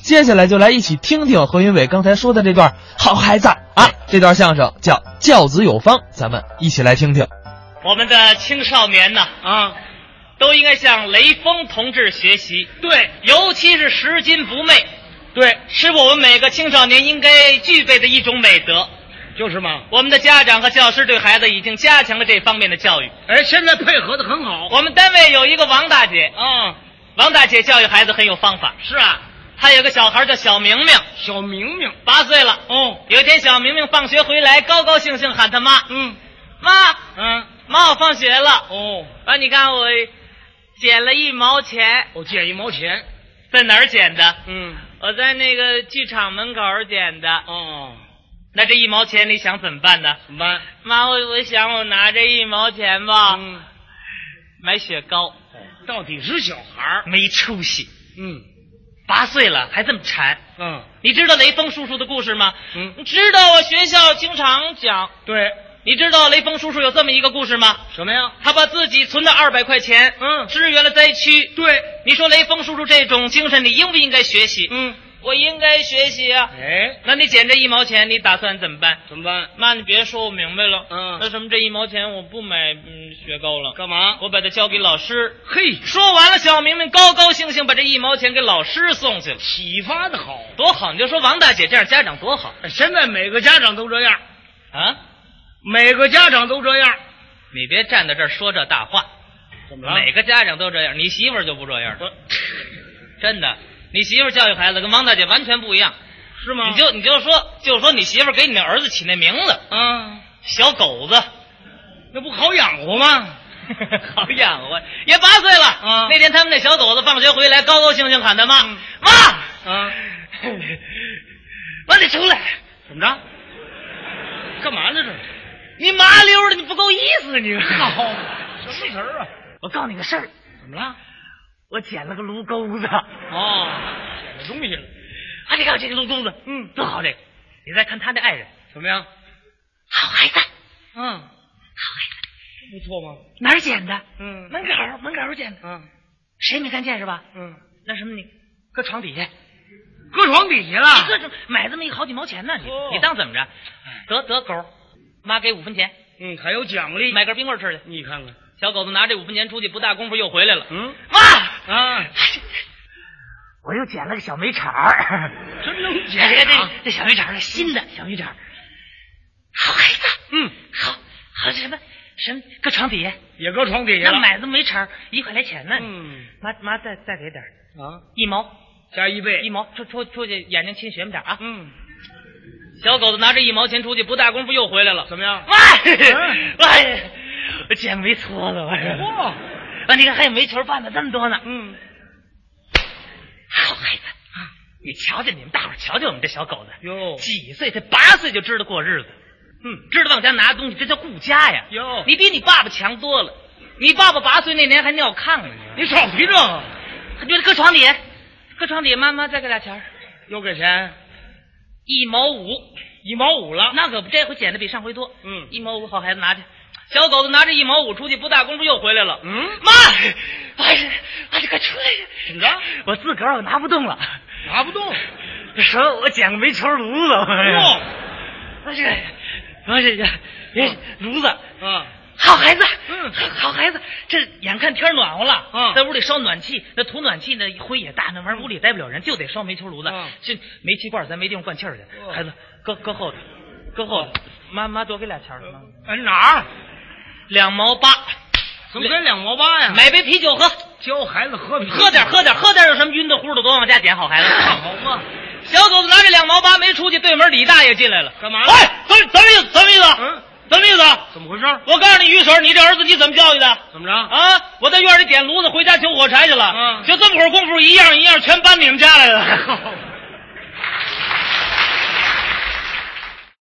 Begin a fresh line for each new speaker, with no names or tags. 接下来就来一起听听何云伟刚才说的这段好孩子啊，这段相声叫《教子有方》，咱们一起来听听。
我们的青少年呢，啊，都应该向雷锋同志学习。对，尤其是拾金不昧，对，是我们每个青少年应该具备的一种美德。
就是嘛。
我们的家长和教师对孩子已经加强了这方面的教育。
哎，现在配合的很好。
我们单位有一个王大姐，
啊，
王大姐教育孩子很有方法。
是啊，
她有个小孩叫小明明，
小明明。
八岁了。
哦，
有一天，小明明放学回来，高高兴兴喊他妈
嗯：“
妈，
嗯，
妈，我放学了。”
哦，
啊，你看我捡了一毛钱，
我借一毛钱。
在哪儿捡的？
嗯，
我在那个剧场门口捡的。
哦，
那这一毛钱你想怎么办呢？
怎么办？
妈，我我想我拿这一毛钱吧，
嗯，
买雪糕。
到底是小孩儿。
没出息，
嗯
八岁了还这么馋。
嗯，
你知道雷锋叔叔的故事吗？
嗯
你知道我学校经常讲。
对，
你知道雷锋叔叔有这么一个故事吗？
什么呀？
他把自己存的二百块钱，
嗯
支援了灾区。
对，
你说雷锋叔叔这种精神，你应不应该学习？
嗯，
我应该学习啊。
哎，
那你捡这一毛钱，你打算怎么办？
怎么办？
妈，你别说，我明白了。
嗯
那什么，这一毛钱我不买嗯雪糕了，
干嘛？
我把它交给老师。
嘿，
说完了，小明明高高兴兴把这一毛钱给老师送去了，
启发的好。
多好！你就说王大姐这样家长多好
现在每个家长都这样，
啊！
每个家长都这样。
你别站在这儿说这大话，
怎
每个家长都这样，你媳妇儿就不这样，
我
真的。你媳妇儿教育孩子跟王大姐完全不一样，
是吗？
你就你就说就说你媳妇儿给你那儿子起那名字
啊，
小狗子，
那不好养活 吗？
好养活，也八岁了。
嗯
那天他们那小狗子放学回来，高高兴兴喊他妈：“
嗯
妈，
啊，
妈你出来，
怎么着？干嘛呢这是？
你麻溜的，你不够意思你。
好，什么词儿啊？
我告诉你个事儿，
怎么了？
我捡了个炉钩子。
哦，捡着东西了，
啊，你看我这个炉钩子，嗯，多好这个。你再看他的爱人，
怎么样？
好孩子，
嗯，好不错吗？
哪儿捡的？
嗯
门口门口捡的，
嗯
谁没看见是吧？
嗯，
那什么你，搁床底下。
搁床底下
你各
了。
种买这么一好几毛钱呢，你
哦
你当怎么着？得得狗，妈给五分钱
嗯，还有奖励。
买根冰棍吃去。
你看看，
小狗子拿这五分钱出去，不大功夫又回来了。
嗯
妈，
啊，
我又捡了个小煤铲儿。
真能捡
哎呀，
啊
这这小煤铲儿是新的小煤铲儿，好孩子，
嗯，
好好什么什么，搁床底下。
也搁床底下
那
了。
买的煤铲儿一块来钱呢。
嗯
妈妈再再给点儿
啊，
一毛
加一倍
一。毛，出出出去眼睛亲学么点儿啊。
嗯，
小狗子拿着一毛钱出去，不大功夫又回来了。
怎么样？
喂喂，我捡煤搓了，我 说。
哇，
啊，你看还有煤球办的这么多呢。
嗯，
好孩子，你瞧瞧你们大伙儿瞧瞧我们这小狗子，
哟
几岁才八岁就知道过日子，
嗯，
知道往家拿东西，这叫顾家呀。
哟
你比你爸爸强多了。你爸爸八岁那年还尿炕呢，
你少提这个，
你就搁床底下，搁床底下，妈妈再给俩钱儿
又给钱
一毛五，
一毛五了。
那可不，这回捡的比上回多。
嗯
一毛五，好孩子拿去。小狗子拿着一毛五出去，不大功夫又回来了。
嗯
妈，哎呀，哎呀，快出来呀！
怎么着？
我自个儿我拿不动了，
拿不动。
这手我捡个煤球炉子。
哟，
不是，不是，这这炉子，
啊，
好孩子，
嗯
好孩子，这眼看天暖和了，
嗯
在屋里烧暖气，那土暖气那灰也大，那玩意儿屋里也待不了人，就得烧煤球炉子
嗯。
这煤气罐咱没地方灌气儿去，
哦
孩子，搁搁后头，搁后头。妈妈多给俩钱儿，妈
哎哪儿？
两毛八，
怎么给两毛八呀？
买杯啤酒喝，
教孩子喝啤酒
喝点儿喝点儿喝点儿有什么晕的乎的多往家捡，好孩子。
好嘛？
小狗子拿着两毛八没出去，对门李大爷进来了，
干嘛
喂，怎么怎么意思？怎么意思？
嗯，
怎么意思？啊
怎么回事？
我告诉你，于婶儿，你这儿子你怎么教育的？
怎么着？
啊！我在院里点炉子，回家求火柴去了。
嗯
就这么会儿功夫，一样一样全搬你们家来了。